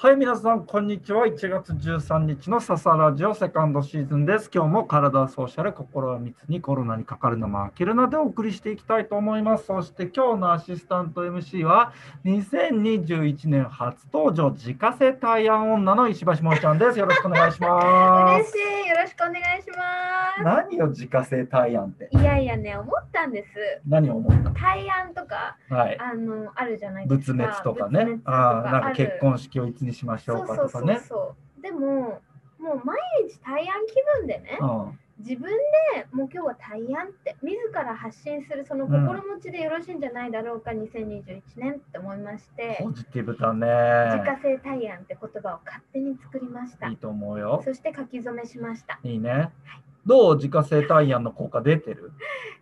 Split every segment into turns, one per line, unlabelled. はい、皆さん、こんにちは。1月13日のササラジオセカンドシーズンです。今日も体はソーシャル、心は密にコロナにかかるのも飽きるなでお送りしていきたいと思います。そして今日のアシスタント MC は、2021年初登場、自家製対案女の石橋萌ちゃんです。よろしくお願いしま
嬉
す。
しいよろしくお願いしま
何よ、自家製対案って。
すいやいやね思ったんです
何を思っ
対案とか
たはい。
あのあるじゃないです
仏
か
滅とかね。
仏滅と
ああー、なんか
る
結婚式をいつにしましょ
そう
うか
そ
と
うそ
か
う
ね。
そうでももう毎日対案気分でね
うん
自分でもう今日は対案って自ら発信するその心持ちでよろしいんじゃないだろうか、2021年って思いまして
ポジティブだ
自
ね。
家製対案って言葉を勝手に作りました
いいと思うよ。
そして書き初めしました
いいね。どう自家製タイヤの効果出てる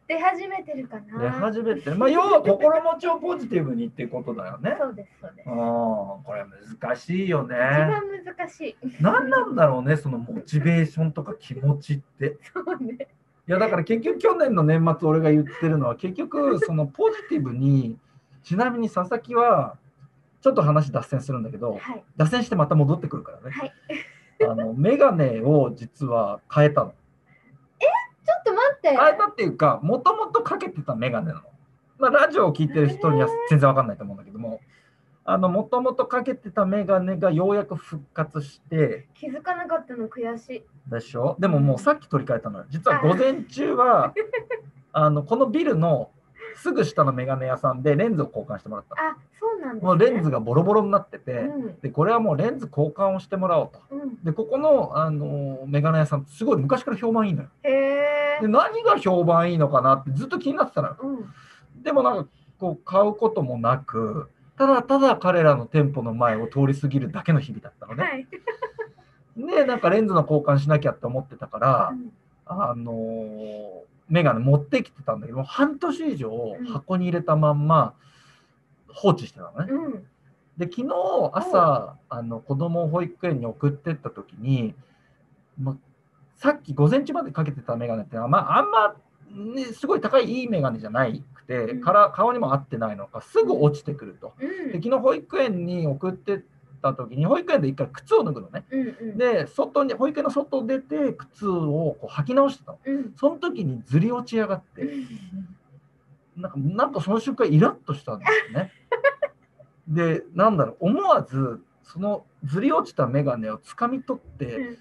出始めてるかな
出始めてる。まあ、要は心持ちをポジティブにっていうことだよね。
そうですそうです
うん、これ難しいよね。
一番難しい。
何なんだろうね、そのモチベーションとか気持ちって。
そうね。
いや、だから結局去年の年末俺が言ってるのは、結 局そのポジティブに、ちなみに佐々木は、ちょっと話脱線するんだけど、
はい。
脱線してまた戻ってくるからね。
はい
あの、メガネを実は変えたの。
ちょっと待って。
変えたっていうか、もともとかけてたメガネなの。まあ、ラジオを聞いてる人には全然わかんないと思うんだけども、あの、もともとかけてたメガネがようやく復活して、
気づかなかったの悔しい。
でしょでももうさっき取り替えたのよ。実は午前中は、あの、このビルのすぐ下のメガネ屋さんでレンズを交換してもらった。
あ、そうなんです、ね。
もうレンズがボロボロになって
う
て、
ん。
で、これはもうレンズ交換をしてもらおうと。
うん。
で、ここの、あの、メガネ屋さん、すごい昔から評判いいのよ。
へえ
で、。何が評判いいのかなってずっと気になってたのよ。
うん。
でもなんかこう買うこともなくただただ彼らの店舗の前を通り過ぎるだけの日々だったのね。
はい。
でなんかレンズの交換しなきゃって思ってたから
う、ん
あのーメガネ持ってきてたんだけど半年以上箱に入れたまんま放置してたのね。
うん。
で昨日朝あの子供を保育園に送ってった時に、ま、さっき午前中までかけてたメガネってのは、まあ、あんま、ね、すごい高いいいメガネじゃないくて、
うん
から顔にも合ってないのかすぐ落ちてくると。
うん。
で昨日保育園に送ってった時に保育園で一回靴を脱ぐのね。
うん。うん。
で外に保育園の外出て靴をこう履き直してたの。
うん。
その時にずり落ちやがって。なんかなんかその瞬間イラッとしたんです ね。でなんだろう思わずそのずり落ちた眼鏡を掴み取っ
う
て
ん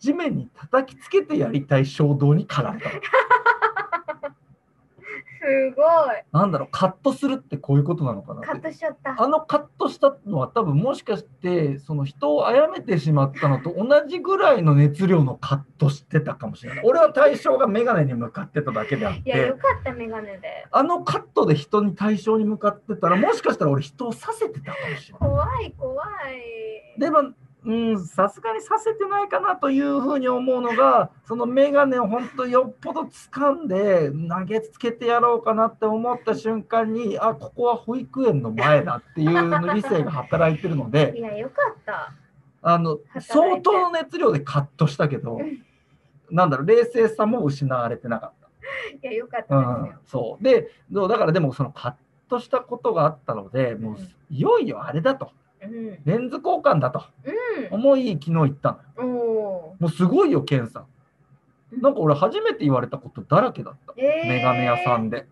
地面に叩きつけてやりたい衝動に駆られた。
すごい。
なんだろうカットするってこういうことなのかな
カ
っ
ッ
て。
トしちゃった。
あのカットしたのは多分もしかしてその人を殺めてしまったのと同じぐらいの熱量のカットしてたかもしれない。俺は対象が眼鏡に向かってただけであっ
いや、
て
よ。かった、メガネで。
あのカットで人に対象に向かってたらもしかしたら俺人を刺せてたかもしれない。
怖い、怖い。
でも、うん、さすがにさせてないかなというふうに思うのが、そのメガネを本当よっぽど掴んで投げつけてやろうかなって思った瞬間に、あ、ここは保育園の前だっていう理性が 働いてるので、
いや、よかった。
あの、
働い
相
て
当の熱量でカットしたけど
う、ん
なんだろう、冷静さも失われてなかった。
いや、よかった
う
で
ん、そうでどうだからでもそのカットしたことがあったのでもう
うん
いよいよあれだと
すよ。
レンズ交換だと
うん。
思い昨日行ったのよ
うん。お
もうすごいよ健さんなんか俺初めて言われたことだらけだった
ー。えー
メガネ屋さんで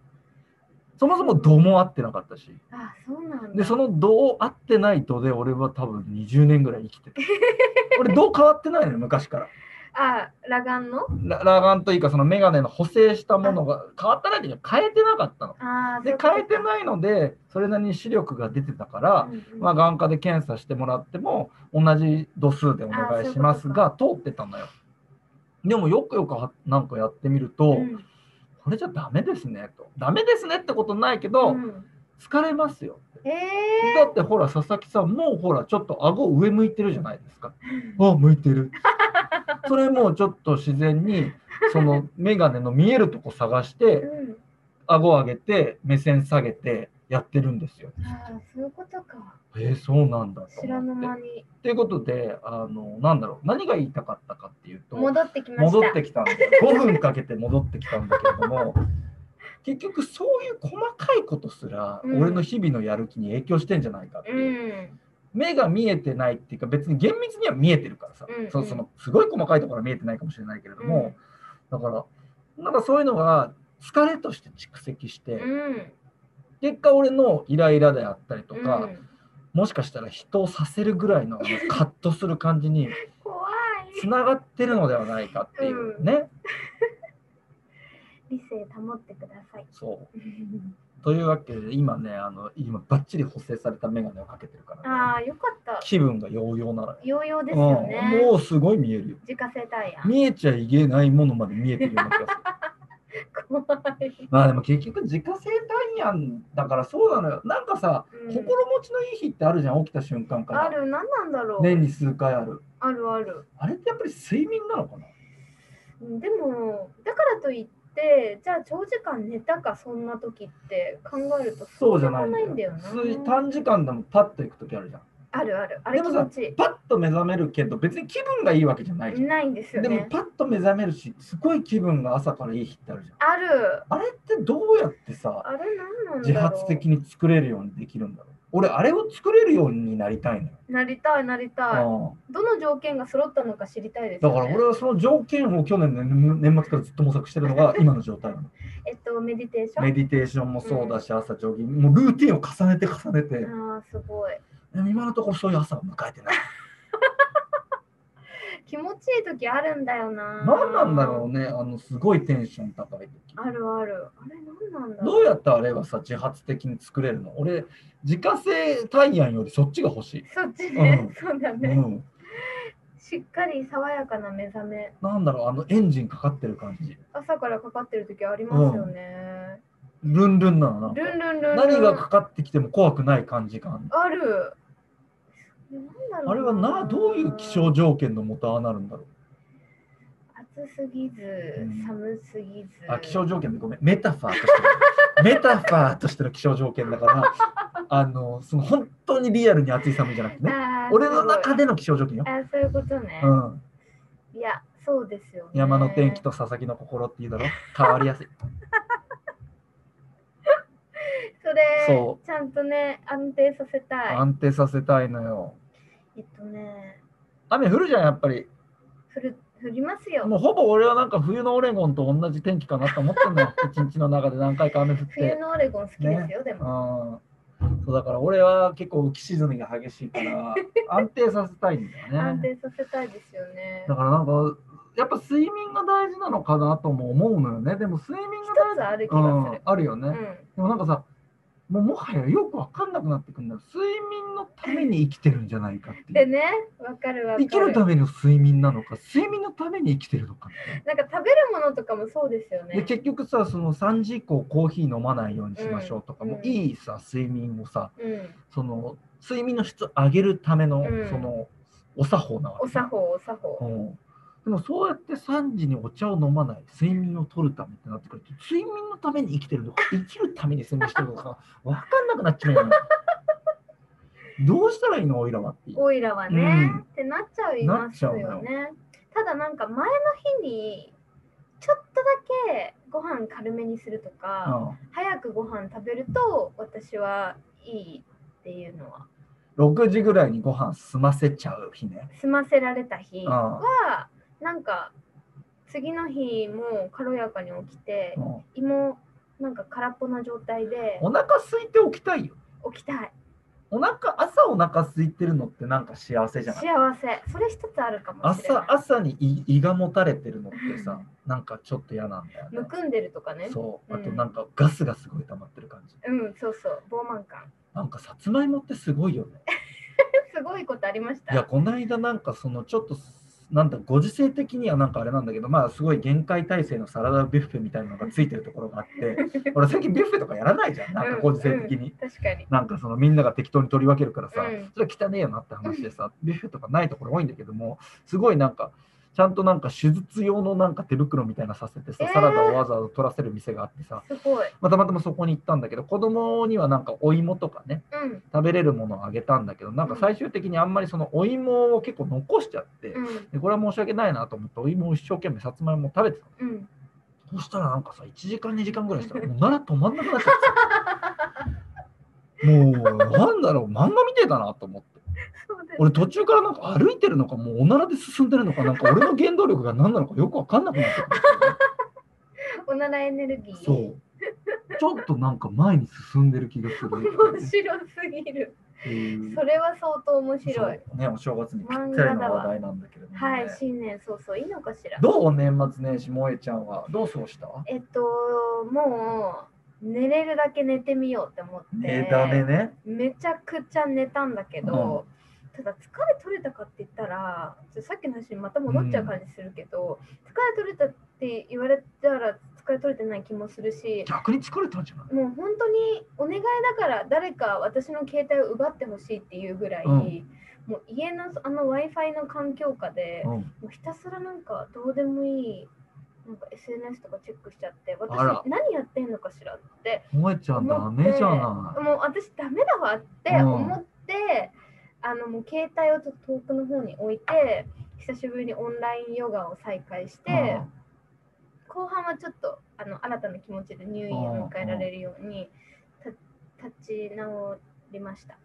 そもそも度も合ってなかったし
あ、そうなんだ。
でその度合ってない度で俺は多分20年ぐらい生き てる俺度変わってないのよ昔から
あ、裸眼の
ララガンというかそのメガネの補正したものが変わったないというか変えてなかったの
あー
で変えてないのでそれなりに視力が出てたから、まあ、眼科で検査してもらっても同じ度数でお願いしますが通ってたのよでもよくよくはなんかやってみると、
うん
これじゃダメですねとダメですねってことないけ
う
ど、
ん、
疲れますよ
え
だってほら佐々木さんもうほらちょっと顎上向いてるじゃないですかあ向いてるそれもうちょっと自然にその眼鏡の見えるとこ探して
ー、うん、
顎上げて目線下げてやってるんですよ。
ああそういうことか
えー、そうなんだと
知らぬ
思
間
って。
に
ということであのなんだろう何が言いたかったかっていうと
戻ってきました
戻ってきたんで5分かけて戻ってきたんだけれども 結局そういう細かいことすら
うん
俺の日々のやる気に影響してんじゃないかって
う
いうん目が見えてないっていうか別に厳密には見えてるからさ、
うんうん
そそのすごい細かいところは見えてないかもしれないけれども、だからなんかそういうのが疲れとして蓄積して、
うん。
結果俺のイライラであったりと
と
か、もしかしたら人をさせるぐらいのあのカッとする感じに
怖い。
つながってるのではないかっていうね。
理性保ってくだ さい。
そうというわけで今ねあの今バッチリ補正された眼鏡をかけてるから、ね、
ああ、よかった。
気分がヨーヨーなら
ヨーヨーですよね。
うん、もうすごい見えるよ。
自家製タイヤ。
見えちゃいけないものまで見えてるような気 がする。
怖い。
まあでも結局自家製タイヤだからそうなのよ。なんかさ、
うん
心持ちのいい日ってあるじゃん、起きた瞬間か
あ
ら。
る、何なんだろう。
年に数回ある。
あるある。
あれってやっぱり睡眠なのかな
でも、だからといって、じゃあ長時間寝たか、そんな時って考えると、
そうじゃない
ん
ん
な
だ
もないんだ
よ
よ。
普通に
な。
短時間でもパッと行くときあるじゃん。
あるある。あれ
で
気
もさ
持ちい
パッと目覚めるけど、別に気分がいいわけじゃない
い。
じ
ないんです
ゃん。
よ
でも
ね。
パッと目覚めるし、すごい気分が朝からいい日ってあるじゃん。
ある。
あれってどうやってさ、
あれ何なんだろう。
自発的に作れるようにできるんだろう俺、あれを作れるようになりたいのよ。
なりたいなりたい。
うん
どの条件が揃ったのか知りたいです、
だ
ね。
から俺はその条件を去年の年末からずっと模索してるの が今の状態なの。
えっと、メディテーショ
メ
ン。
ディテーションもそうだし、朝ジョギング、もうルーティンを重ねて重ねて、
ああ、すごい。
でも今のところそういう朝を迎えてない。
気持ちいい時あるんだよな。
何なんだろうね、あのすごいテンション高い時。
あるある。あれ何なんだ
ど
ろう。
うやったらあれはさ、自発的に作れるの俺、自家製タイアンよりそっちが欲しい。
そっちね、
うん
そうだ
う
ね、
ん、
しっかり爽やかな目覚め。
なんだろう、あのエンジンかかってる感じ。
朝からかかってる時ありますよね。
ルンルンなのなんか
ルンルンルンルン。
何がかかってきても怖くない感じがある
ある。何だろう
あれはな、どういう気象条件のもとああなるんだろう
暑すぎず
うん、
寒すぎず。
あ気象条件でごめんメタファーと してるメタファーとしての気象条件だからあのその本当にリアルに暑い寒いじゃなくてね
あー
俺の中での気象条件よ
すご、いあーそういうことね。
うん、
いや、そうですよ、ね。
山の天気と佐々木の心っていうだろ変わりやすい
それ
そ
ちゃんとね、安定させたい。
安定させたいのよ
えっとね、
雨降るじゃんやっぱり
降る降りますよ。
もうほぼ俺はなんか冬のオレゴンと同じ天気かなと思った のよ一日の中で何回か雨降っ
冬
て
のオレゴン好きですよ、で
う
も。
んそうだから俺は結構浮き沈みが激しいから 安定させたいんだよね
安定させたいですよね
だ。からなんか、やっぱ睡眠が大事なのかなとも思うのよね。でも睡眠が
一つある気がす
うん
る。
あるよね、
うん。
でもなんかさ、もうもはやよくわかんなくなってくるんだよ。睡眠のために生きてるんじゃないかってい
で
う。
ね、わかるわか
生
る。
きるための睡眠なのか、睡眠のために生きてるのかって
なんか食べるものとかもそうですよ
で
ね。
結局さ、その3時以降コーヒー飲まないようにしましょうとか、
うん
もういいさ、睡眠をさ、
うん。
その睡眠の質を上げるための、
うん
そのお作法なわけ。
お作法、お作法。
うんでもそうやって3時にお茶を飲まない睡眠を取るためってなってくると睡眠のために生きてるのか生きるために睡眠してるのか分かんなくなっちゃうよどうしたらいいのおいらはっていう
オイラはね、
うん
ってなっちゃいますよね。ただなんか前の日にちょっとだけご飯軽めにするとか、
う
早くご飯食べると私はいいっていうのは
ん、6時ぐらいにご飯済ませちゃう日ね、
済ませられた日
うん
はなんか次の日も軽やかに起きて
う、ん
胃もなんか空っぽな状態で
お腹空いておきたいよ
起きたい
お腹朝お腹空いてるのってなんか幸せじゃ
幸
ない
せそれ一つあるかもしれない
朝朝に胃胃がもたれてるのってさなんかちょっと嫌なんだよね
むくんでるとかね
そうあと
うん
なんかガスがすごい溜まってる感じ
うんそうそう傲慢感
なんかさつまいもってすごいよね。
すごいことありました
いやこの間なんかそのちょっとなんだご時世的にはなんかあれなんだけどまあすごい限界体制のサラダビュッフェみたいなのがついてるところがあって俺最近ビュッフェとかやらないじゃんなんかご時世的に。
確かに。
なんかそのみんなが適当に取り分けるからさ、
うん
それは汚えよなって話でさ、ビュッフェとかないところ多いんだけどもすごいなんかちゃんとなんか手術用のなんか手袋みたいなさせてさ、
えー
サラダをわざわざ取らせる店があってさ、
すごい。
まあたまたまそこに行ったんだけど子供にはなんかお芋とかね
うん。
食べれるものをあげたんだけどなんか最終的にあんまりそのお芋を結構残しちゃって、
うん。
でこれは申し訳ないなと思ってお芋を一生懸命さつまいもを食べてたの
うん。
そしたらなんかさ1時間2時間ぐらいしたらもうなら止まんなくなっちゃってもうなんだろう漫画見てたなと思って
そうです
俺途中からなんか歩いてるのかもうおならで進んでるのかなんか俺の原動力が何なのかよく分かんなくなってく
おならエネルギ
る
ー。
そうちょっとなんか前に進んでる気がする、
面白すぎる。
うん
それは相当面白い。
そうねお正月にぴったりの話題なんだけれども、ね
はい、新年早々いいのかしら。
どう年末年始萌えちゃんはどう過ごした
えっと、もう寝れるだけ寝てみようって思って、
ねだめね
めちゃくちゃ寝たんだけど、ただ疲れ取れたかって言ったら、ちょっとさっきの話にまた戻っちゃう感じするけど、疲れ取れたって言われたら疲れ取れてない気もするし、
逆に疲れたんじゃない
もう本当にお願いだから誰か私の携帯を奪ってほしいっていうぐらい、
うん
もう家のあの w i f i の環境下で、
うん、
もうひたすらなんかどうでもいいなんか SNS とかチェックしちゃって私
あら
何やってんのかしらって
萌えちゃんダメじゃない
もう私ダメだわって
うん
思って、あのもう携帯をちょっと遠くの方に置いて久しぶりにオンラインヨガを再開して、後半はちょっとあの新たな気持ちで入院を迎えられるようにた立ち直りました。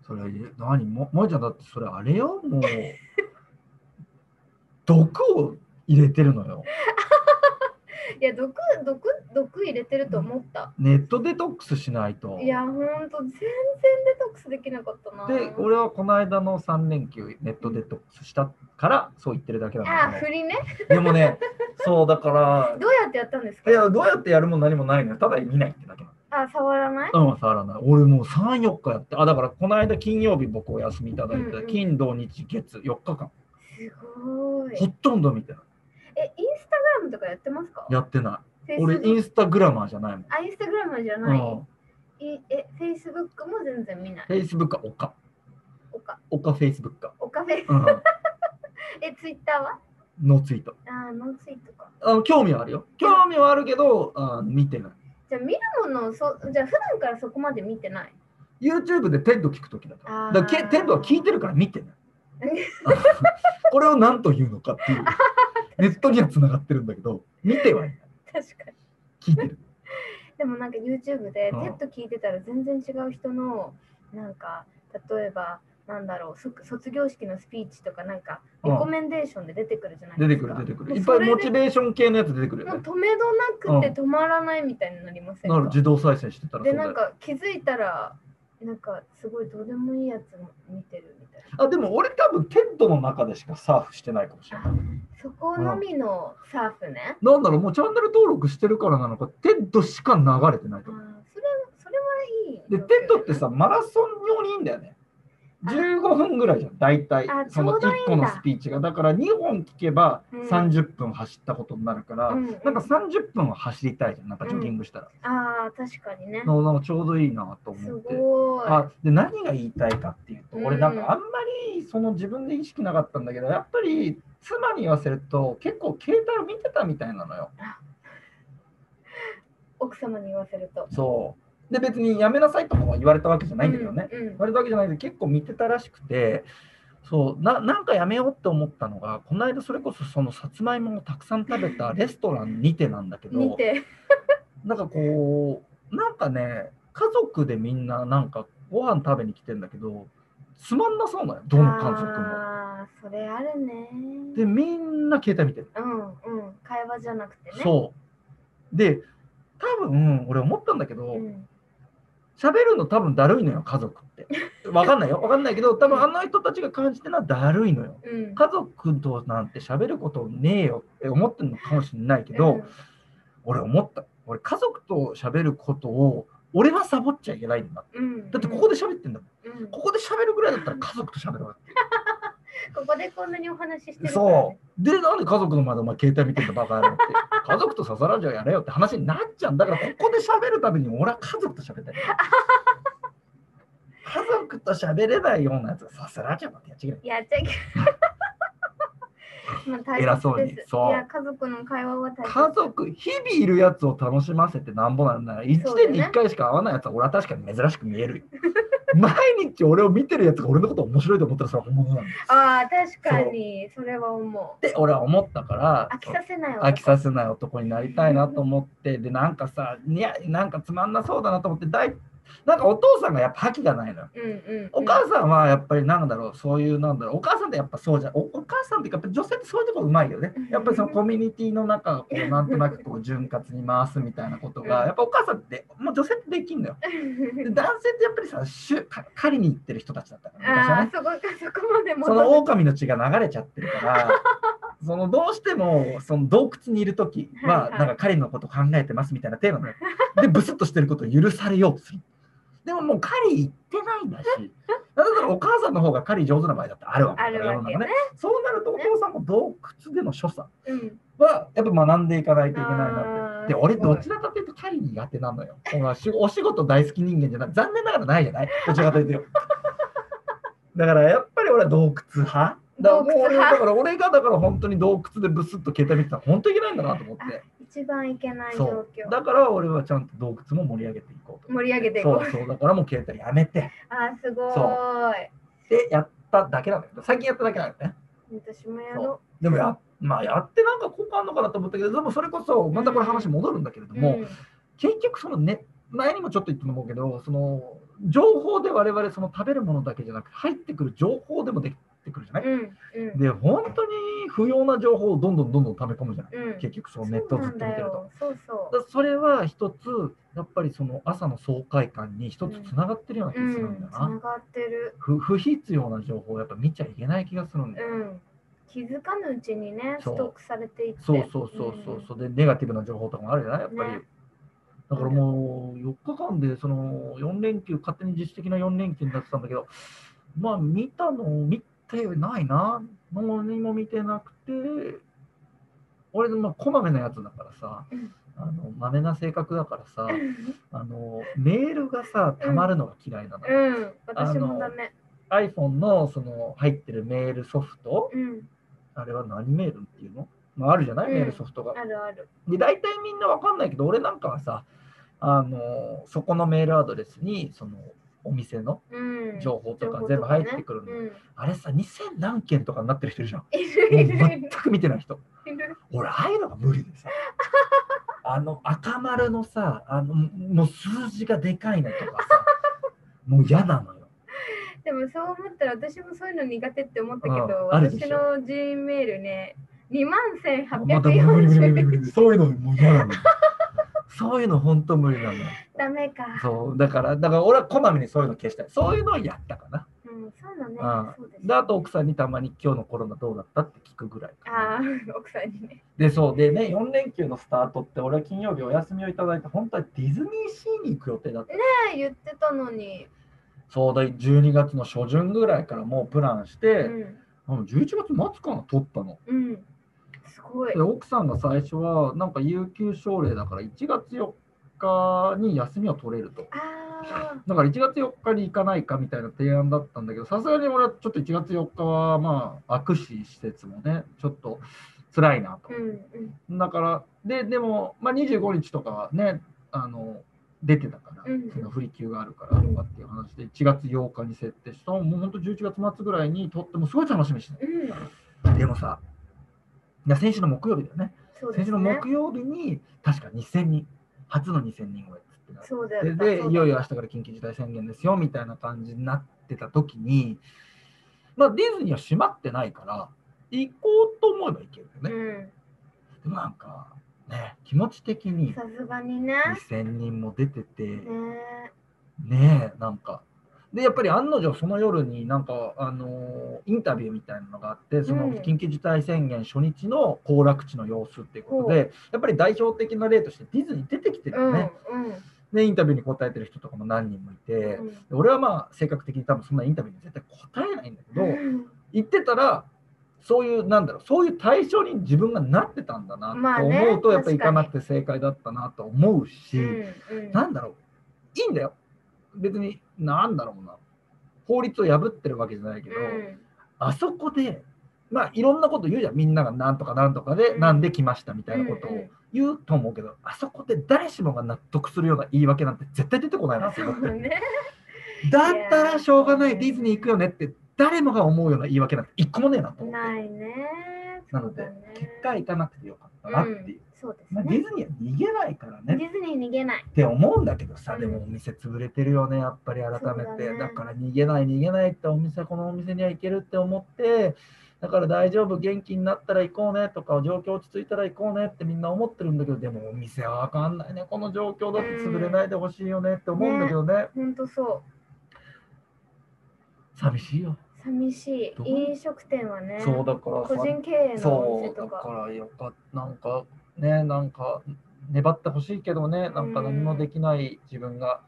それ何ももえちゃんだってそれあれよ もう毒を入れてるのよ
いや毒毒毒入れてると思った。
ネットデトックスしないと
いやほんと全然デトックスできなかったな。
で俺はこの間の3連休ネットデトックスしたからそう言ってるだけなん
ああ
だけ
振りね
どでもねそうだから
どうやってやったんですか
いやどうやってやるも何もないのよただ見ないってだけな
あー触らない
のうん触らない俺もう34日やってあだからこの間金曜日僕お休みいただいて、
うんうん
金土日月4日間
すごー
ほ
い。
とんど見てない
えインスタグラムとかやってますか
やってない
Facebook
俺インスタグラマーじゃないもん
あインスタグラムじゃない、いえフェイスブックも全然見ない
フェイスブックかおか
おか
おかフェイスブックか、
おカフェ
う
えツイッターは
ん、のツイート
あーノーツイートか
あの興味はあるよ興味はあるけどあ見てない
じゃあ見るものをそじゃあ普段からそこまで見てない
YouTube で TED 聞くときだから
あー
だからけ TED は聞いてるから見 てないこれを何というのか っていうネットにはつながってるんだけど見てはいない
確かに
聞いてる
でもなんか YouTube で
うん
テッド聞いてたら全然違う人のなんか例えばなんだろうそ卒業式のスピーチとかなんか
うん
レコメンデーションで出てくるじゃない
出
で
て
す
く
か、
る出てく
も
る
う
いっぱい
それで
モチベーション系のやつ出てくる
も
よ
う
ね
止めどなくて止まらないみたいになりませんか、
なる自動再生してたらそ
で
うだ
なん
よ
か気づいたらなんかすごいどうでもいいやつも見てるみたいな
あでも俺多分 TED の中でしかサーフしてないかもしれない
そこのみのサーフね、
なんだろうもうチャンネル登録してるからなのか TED しか流れてないと思う
あーそれそれはいい
で、
状況
テッドってさ、マラソン用にいいんだよね。
あ
15分ぐらいじゃん、大体
あ、
その
ちょうどいい
1
んだ
個のスピーチが。だから2本聞けば
うん
30分走ったことになるから、
うん
なんか30分は走りたいじゃん、なんかジョギングしたら。
ああ確かにね
のなんかちょうどいいなと
す
思って。
ごい
あで何が言いたいかっていうと、
うん
俺なんかあんまりその自分で意識なかったんだけど、やっぱり妻に言わせると結構携帯を見てたみたいなのよ。
奥様に言わせると
そう。で、別にやめなさいとかは言われたわけじゃないんだけどね。
うんうん
言われたわけじゃないけど結構見てたらしくてそうななんかやめようって思ったのがこの間それこそそのさつまいもをたくさん食べたレストランにてなんだけ
見
ど
て
なんかこうなんかね家族でみんななんかご飯食べに来てんだけどつまんなそうなのよどの家族も。
ああそれあるね
でみんな携帯見てる。
うんうん会話じゃなくてね
そうで多分俺思ったんだけど、
うん
喋るの多分だるいのよ家族って。 わかんないよわかんないけど多分あの人たちが感じてるのはだるいのよ。
うん
家族となんて喋ることねえよって思ってるのかもしれないけど、
うん
俺思った俺家族と喋ることを俺はサボっちゃいけないんだ
うん、
だってここで喋ってんだもん
うん、こ
ここで喋るぐらいだったら家族と喋るわ
こでこんなにお話ししてる
け
からね
そうでなんで家族の前でお前携帯見てんだバカ野郎って 家族とささらじゃやれよって話になっちゃうんだからここで喋るために俺は家族と喋りたい家族と喋れないようなやつがささらじゃなんてやっちゃいけない
や っちゃいけない。まあ大切です
偉そうにそう
いや、家族の会話は大切。
家族日々いるやつを楽しませてなんぼなんなら1
そう
年
だよね
に1回しか会わないやつは俺は確かに珍しく見えるよ毎日俺を見てるやつが俺のこと面白いと思ったらそれは本物なんだよ
ああ、確かに、それは思
って俺は思ったから
う。飽きさせない
飽きさせない男になりたいなと思ってでなんかさいやなんかつまんなそうだなと思って大なんかお父さんがやっぱ覇気がないのよ。
うんうんうん。
お母さんはやっぱりなんだろう、そういうなんだろう、お母さんってやっぱそうじゃん、おお母さんっていうか、やっぱ女性ってそういうとこうまいよね。やっぱりそのコミュニティの中をこ うなんとなくこう潤滑に回すみたいなことが、やっぱお母さんって、もう女性ってできんのよ。で男性ってやっぱりさ、しゅか狩りに行ってる人たちだったから、昔は
ああ
ね、。
そこか、そこまで
そ
戻
の
る。
狼の血が流れちゃってる から。そのどうしてもその洞窟にいる時
は
はい
はい
なんか彼のこと考えてますみたいなテーマなのよでブスッとしてることを許されようとするでももう狩り行ってない んだしだからお母さんの方が狩り上手な場合だってあるわけだ
あ
から
るわけ
世の中
ね。
そうなるとお父さんも洞窟での所作
うん。
はやっぱ学んでいかないといけないなって
あー
で俺
すご
ど
い
ちらかというと狩り苦手なのよお前しお仕事大好き人間じゃない残念ながらないじゃないどちらかというとよ だからやっぱり俺は洞窟派だからもう
洞窟
俺
派
だから俺がだから本当に洞窟でブスッと携帯見てたら本当いけないんだなと思って
一番いけない
そ
状
う
況。
だから俺はちゃんと洞窟も盛り上げていこうと
盛り上げていこう。
そうそうだからもう携帯やめて
あーすご
そ
ー
で
い。
やっただけなのよ最近やっただけなのよね
私もやろ
でもやまあやってなんか効果あんのかなと思ったけどでもそれこそまたこれ話戻るんだけれど
う。
も、
うん
結局そのね前にもちょっと言ったと思うけどその情報で我々その食べるものだけじゃなく入ってくる情報でもできてくるじゃない、
うんうん
で本当に不要な情報をどんどんどんどん溜め込むじゃない、
うん。
結局そのネットをずっと見てると。
そうなんだよ。そう
だ
そ
からそれは一つやっぱりその朝の爽快感に一つつながってるような気
う。う
がするんだ
ん。
よ
つ
な、
ながってる。
不不必要な情報をやっぱ見ちゃいけない気がするんだよ、
うん。気づかぬうちにね、ス
そう
トックされていって。
そうそうそうそうそうでネガティブな情報とかもあるじゃないやっぱり、
ね
だからもう4日間でその4連休勝手に自主的な4連休になってたんだけどまあ見たの見てないな何も見てなくて俺まあこまめなやつだからさ、
うん
あのまめな性格だからさ
うん。
あのメールがさたまるのが嫌いなの、
うん。私もダメ。
iPhone のその入ってるメールソフト
うん。
あれは何メールっていうの、まあ、あるじゃない、
うん
メールソフトが
あるある。
で大体みんなわかんないけど俺なんかはさあのそこのメールアドレスにそのお店の
うん。
情報とか
情
全部入ってくるの、
ねうん。
あれさ2000何件とかになってる人い るじゃんも
いるいうる
全く見てない人
いる。
俺ああいうのが無理でさあの赤丸のさあのもう数字がでかいのとかさもう嫌なのよ
でもそう思ったら私もそういうの苦手って思ったけど、
うんあるで
私
しょ
の G メールね、2万
また無理無理無理
1840
無理そういうのもう嫌なのよそういうの本当無理なのよ
ダメか。
そうだからだから俺はこまめにそういうの消したいそういうのをやったかな
うん、そうだね
うん。
そうですね
であと奥さんにたまに今日のコロナどうだったって聞くぐらいかな
ああ、奥さんにね。
でそうでね4連休のスタートって俺は金曜日お休みをいただいて本当はディズニーシーに行く予定だった
ね言ってたのに。
そうだ12月の初旬ぐらいからもうプランして、
うん。
あの11月末かな取ったの
うん。すごい
で。奥さんが最初はなんか有給奨励だから1月4日に休みを取れると
あ
だから1月4日に行かないかみたいな提案だったんだけど、さすがに俺はちょっと1月4日は、まあ、悪視施設もね、ちょっと辛いな
あ。う
と。
んうん
だから、で、でも、まあ、25日とかはね、あの、出てたから
うん、
その振り休があるからとかっていう話で、1月8日に設定した、もう本当11月末ぐらいにとってもすごい楽しみにして
うん。
た。でもさ、いや先週の木曜日だよね。
そうで
先
す
週の
ね。
木曜日に、確か2000人、初の2000人超えってなって
そうだよ
で。でいよいよ明日から緊急事態宣言ですよみたいな感じになってた時に、まあ、ディズニーは閉まってないから行こうと思えば行けるよ
う
ね。
ん。
でもなんかね気持ち的に
さすがにね。
2000人も出てて
ねえ
ねえなんか。でやっぱり案の定その夜になんか、あのーインタビューみたいなのがあってその
うん
緊急事態宣言初日の行楽地の様子っていうこと
ほ
で、やっぱり代表的な例としてディズニー出てきてる
う
よ
ん
ね、でインタビューに答えてる人とかも何人もいて、
うん。
で俺はまあ性格的に多分そんなインタビューに絶対答えないんだけど
うん
言ってたらそういうなんだろうそういう対象に自分がなってたんだな
まあ
と
ね
思うとやっぱ
確かに
行かなくて正解だったなと思うし、
うんうん。
なんだろういいんだよ別になんだろうな法律を破ってるわけじゃないけど、
うん
あそこでまあいろんなこと言うじゃんみんながなんとかなんとかで、
うん
なんで来ましたみたいなこと
うんう
を
ん
言うと思うけど、あそこで誰しもが納得するような言い訳なんて絶対出てこないな
あ
って
そ
思って
う。ね。
だったらしょうがない
いやー
ディズニー行くよねって誰もが思うような言い訳なんて一個もねえなと思って
ないね。
なので
そうだね
結果行かなくてよかっったなっていう。
そうです
まあ、
ね。
ディズニーは逃げないから
デ
ね
ィズニー逃げない。
って思うんだけどさ、
うん
でもお店潰れてるよね、やっぱり改め
そう
て。
だ
だ
ね
から逃げない、逃げないってお店、このお店には行けるって思って、だから大丈夫、元気になったら行こうねとか、状況落ち着いたら行こうねってみんな思ってるんだけど、でもお店はわかんないね、この状況だと潰れないでほしいよねって思うんだけどね、
本当そう。
寂しいよ。
寂し
どう
い。飲食店はね。
そうだから
個
さ、
人経営のお
そ
店
う、だ
とか。
からよかった、なんかね、なんか粘ってほしいけどね、なんか何もできない自分が。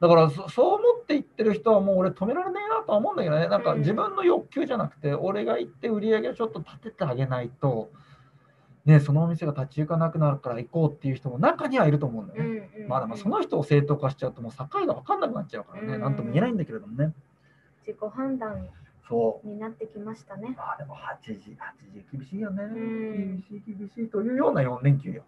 だからそそう思って言ってる人はもう俺止められないなとは思うんだけどね、なんか
うん
自分の欲求じゃなくて、俺が行って売り上げをちょっと立ててあげないと、ね、そのお店が立ち行かなくなるから行こうっていう人も中にはいると思うんだよ
う
ね。
んうんうん
まあでもその人を正当化しちゃうともう境が分かんなくなっちゃうからね、
うん
なんとも言えないんだけれどもね。
自己判断
そう
になってきましたね。
まあでも8時、8時厳しいよね。
ん
厳しい厳しいというような4連 休よ。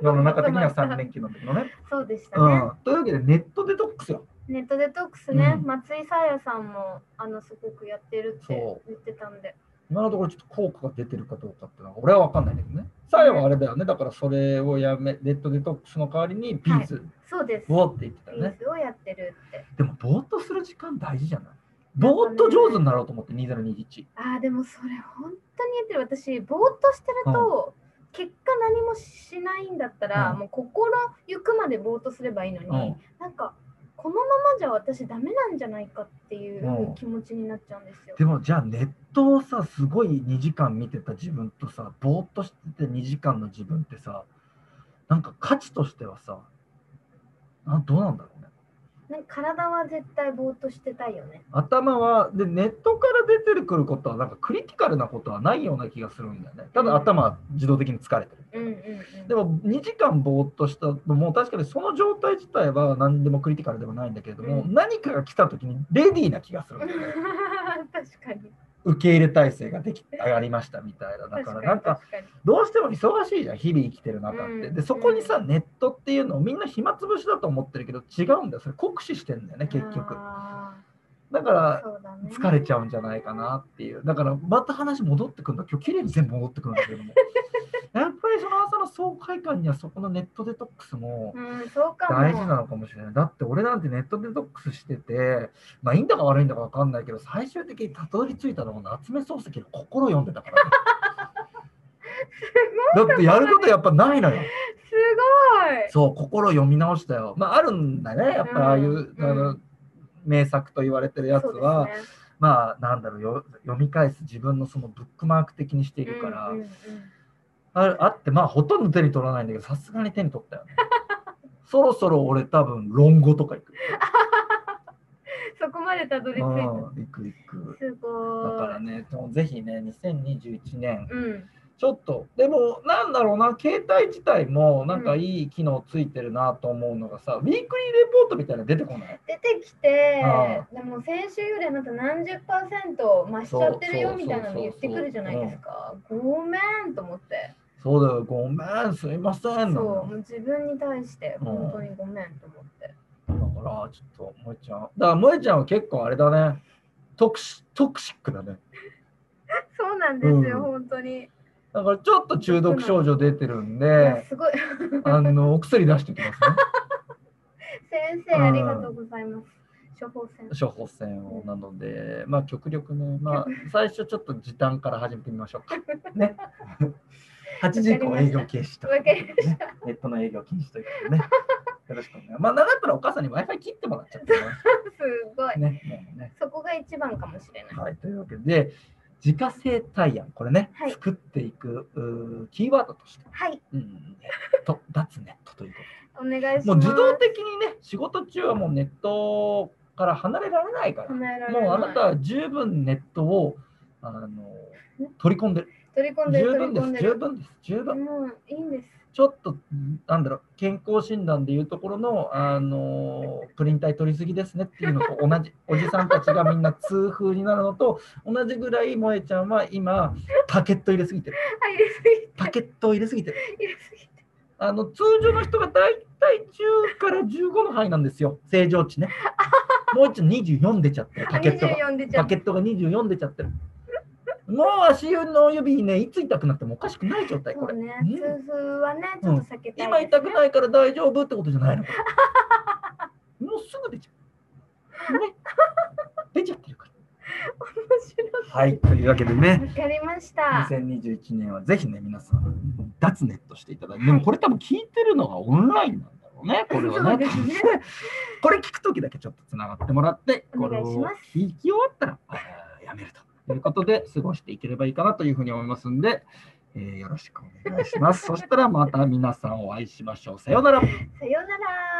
世の中的には3連休なんだけどね。
そうでした
う
ね。
ん、というわけでネットデトックスよ。
ネットデトックスね、
うん
松井さやさんもあのすごくやってるって
そう
言ってたんで。
今のところちょっと効果が出てるかどうかっていうのは俺は分かんないんだけどね。さえはあれだよね。だからそれをやめ、ネットデトックスの代わりにビーズ、
そうです。
ボーって言ってたよ
ビ
ね
ー。ズをやってるって。
でもぼーっとする時間大事じゃないぼーっと上手になろうと思って2021。
ああ、でもそれ本当にやってる。私、ぼーっとしてると、結果何もしないんだったら、
うん
もう心ゆくまでぼーっとすればいいのに、
うん。
なんか、このままじゃ私ダメなんじゃないかっていう気持ちになっちゃうんですよ。
でもじゃあネットをさすごい2時間見てた自分とさぼーっとしてて2時間の自分ってさなんか価値としてはさあどうなんだろうね
なんか体は絶対ぼーっとしてたいよね。
頭はでネットから出てくることはなんかクリティカルなことはないような気がするんだよねただ頭は自動的に疲れてる
うんうんうん。
で も2時間ぼーっとしたもう確かにその状態自体は何でもクリティカルではないんだけれども、
うん
何かが来た時にレディーな気がするんだよね
確かに。
受け入れ体制ができ上がりましたみたいなだからなんか
確かに
どうしても忙しいじゃん日々生きてる中って、
うん
でそこにさネットっていうのをみんな暇つぶしだと思ってるけど違うんだよそれ酷使してんだよね結局
あ
だか
ー
ら
そうだね
疲れちゃうんじゃないかなっていうだからまた話戻ってくるんだ今日綺麗に全部戻ってくるんだけ どもやっぱりその朝の爽快感にはそこのネットデトックスも
うん、そうかも。
大事なのかもしれないだって俺なんてネットデトックスしててまあいいんだか悪いんだか分かんないけど最終的にたどり着いたのは夏目漱石の心を読んでたからね、だってやることやっぱないのよ
すごい。
そう、心を読み直したよ。まあ、あるんだね、やっぱ
うん
ああいう、
うん
あの名作と言われてるやつは、
そうですね
まあ、なんだろうよ、読み返す自分のそのブックマーク的にしているから、
うんうんうん
あるあって、まあ、ほとんど手に取らないんだけど、さすがに手に取ったよね。 そろそろ俺多分論語とか行く。
そこまでたどり
う
着い
ん、
た。
行く行く。
す
だ
ごい。
からね、でもぜひね、2021年、
うん。
ちょっと、でも、なんだろうな、携帯自体も、なんかいい機能ついてるなと思うのがさ、ウィークリーレポートみたいなの出てこない
出てきて
あ、
でも先週よりあなた何十パーセント増しちゃってるよみたいなの言ってくるじゃないですか。ごめんと思って。
そうだよ、ごめん、すいませ。
そうん
だ
も
か
う自分に対して本当にごめんと思って。
ら、ちょっと、萌えちゃん。だから、萌えちゃんは結構あれだね。トクシトクシックだね。
そうなんです
うん
よ、本当に。い
だから、ちょっと中毒症状出てるん
や
で、
すごい。
あの、お薬出しておきますね。
先生、ありがとうございます。処方箋。
処方箋を。なので、まあ、極力ね、まあ、最初ちょっと時短から始めてみましょう か。ね。8時以降営業禁止と。
わかりま
ねネットの営業禁止ということでね。よろしくお願いします。まあ、長かったらお母さんに Wi-Fi 切ってもらっちゃってね。
すごい。
ね。もうね
そこが一番かもしれない。
はい、というわけで、自家製対案、これね、
はい
作っていくうーキーワードとして、
はい、
うん、ネット、脱ネットというこ
お願い
と
し
も
ま
う
す。
自動的にね、仕事中はもうネットから離れられないから、も
叶えられ
うあなた
い
は十分ネットをあの取り込んでる。
取り込んで
十
る、取
分
り
で
込ん
す、
で
十
る。
分です、十分。
もういいんです。
ちょっと、なんだろう、健康診断でいうところの、あのプリン体取りすぎですねっていうのと同じ、おじさんたちがみんな痛風になるのと、同じぐらい、萌えちゃんは今、パケット入れすぎてる。
あ、入れすぎ、
パケット入れすぎてる。
入れすぎ。
あの通常の人が大体10から15の範囲なんですよ、正常 値ね。もう一度24出ちゃってる、
あ、
パケットが。
24出ちゃ
パ
う
ケ。ットが24出ちゃってる。もう足の指ね、いつ痛くなってもおかしくない状態、こ
そう
れ。
ね、
うん
痛風はね、ちょっと避けたい、
今痛く
い。
ないから大丈夫ってことじゃ ないのこれもうすぐ出ちゃう。ね、出ちゃってるから。はい、というわけでね。
面白い。わかりました。
2021年はぜひね、皆さん、脱ネットしていただいて、でもこれ多分聞いてるのがオンラインなんだろう ね、これ
そ
は
うで
ね。
すね
これ聞くときだけちょっとつながってもらって、こ
お
れ
願いし
を
ます
聞き終わったら、あーやめるということで、過ごしていければいいかなというふうに思いますんで、えーよろしくお願いします。そしたらまた皆さんお会いしましょう。さようなら。
さようなら。